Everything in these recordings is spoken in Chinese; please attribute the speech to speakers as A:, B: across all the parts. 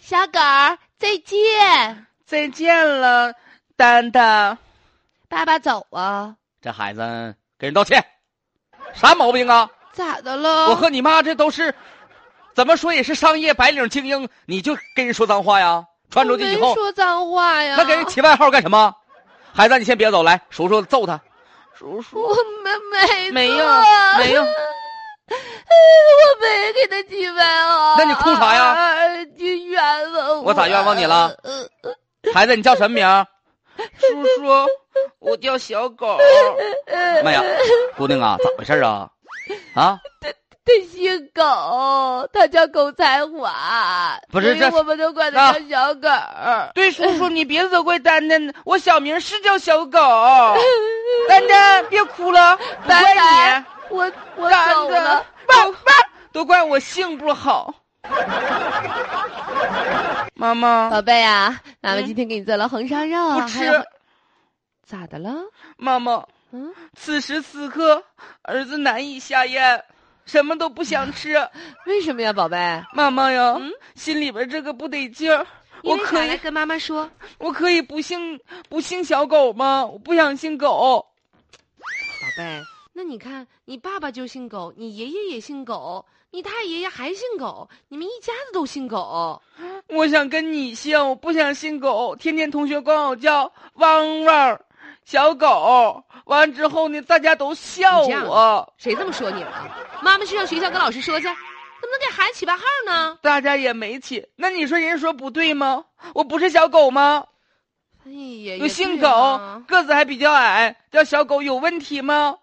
A: 小狗儿再见，
B: 再见了，丹丹。
A: 爸爸走啊，
B: 这孩子给人道歉，啥毛病啊？
A: 咋的了？
B: 我和你妈这都是，怎么说也是商业白领精英，你就跟人说脏话呀？穿出去以
A: 我没
B: 后，
A: 说脏话呀，
B: 那给人起外号干什么？孩子，你先别走，来，叔叔揍他。叔
A: 我没没
B: 没
A: 做
B: 有没有
A: 我没给他起外号。
B: 那你哭啥呀
A: 呀？你冤枉
B: 我咋冤枉你了？
A: 呃
B: 孩子，你叫什么名儿？叔叔，我叫小 狗。妈呀，姑娘啊，咋回事儿啊？啊，
A: 他姓狗，他叫狗才华，
B: 不
A: 所
B: 是
A: 以
B: 这啊
A: 我们都管
B: 那
A: 他叫小狗儿。
B: 对，叔叔，你别责怪丹丹，我小名是叫小狗。丹丹，别哭了，不
A: 拜
B: 怪
A: 拜
B: 你，，
A: 我我
B: 丹
A: 走了
B: 丹。，爸爸，都怪我性不 好。妈妈
A: 宝贝啊，妈妈
B: 嗯
A: 今天给你做了红烧肉
B: 不
A: 啊，还
B: 吃
A: 有，咋的了？
B: 妈妈，
A: 嗯，
B: 此时此刻，儿子难以下咽，什么都不想吃。
A: 为什么呀，宝贝？
B: 妈妈呀，
A: 嗯
B: 心里边这个不得劲儿。我
A: 因为啥
B: 可
A: 来
B: 以，
A: 跟妈妈说，
B: 我可以不姓不姓小狗吗？我不想姓狗。
A: 宝贝，那你看，你爸爸就姓狗，你爷爷也姓狗，你太爷爷还姓狗，你们一家子都姓狗。
B: 我想跟你姓，我不想姓狗。天天同学管我叫汪汪，小狗。完之后呢，大家都笑
A: 你这样
B: 我，
A: 谁这么说你了？妈妈去上学校跟老师说去，怎么能给孩子起外号呢？
B: 大家也没起。那你说人家说不对吗？我不是小狗吗？
A: 哎呀，
B: 有
A: 也啊
B: 姓
A: 对
B: 狗
A: 哈，
B: 个子还比较矮，叫小狗有问题吗？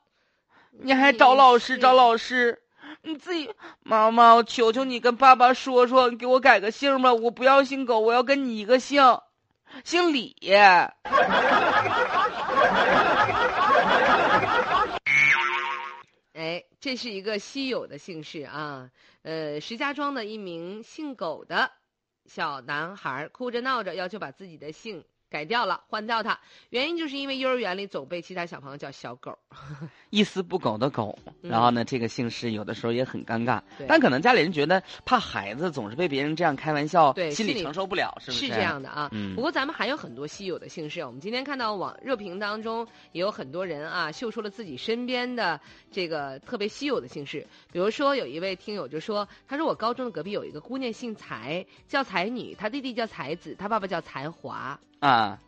B: 你还找老师找
A: 师。
B: 老师，你自己妈妈，我求求你跟爸爸说说，你给我改个姓吧，我不要姓狗，我要跟你一个姓，姓李。
A: 哎，这是一个稀有的姓氏啊。呃，石家庄的一名姓狗的小男孩哭着闹着要求把自己的姓改掉了，换掉它。原因就是因为幼儿园里总被其他小朋友叫小狗。
B: 一丝不苟的狗，
A: 嗯
B: 然后呢，这个姓氏有的时候也很尴尬
A: 对，
B: 但可能家里人觉得怕孩子总是被别人这样开玩笑，
A: 对
B: 心
A: 心里
B: 里承哦受不了，是不
A: 是这？样的啊。
B: 嗯
A: 不过咱们还有很多稀有的姓氏啊，我们今天看到网热评当中也有很多人啊秀出了自己身边的这个特别稀有的姓氏，比如说有一位听友就说，他说我高中的隔壁有一个姑娘姓才，叫才女，她弟弟叫才子，她爸爸叫才华。
B: 啊，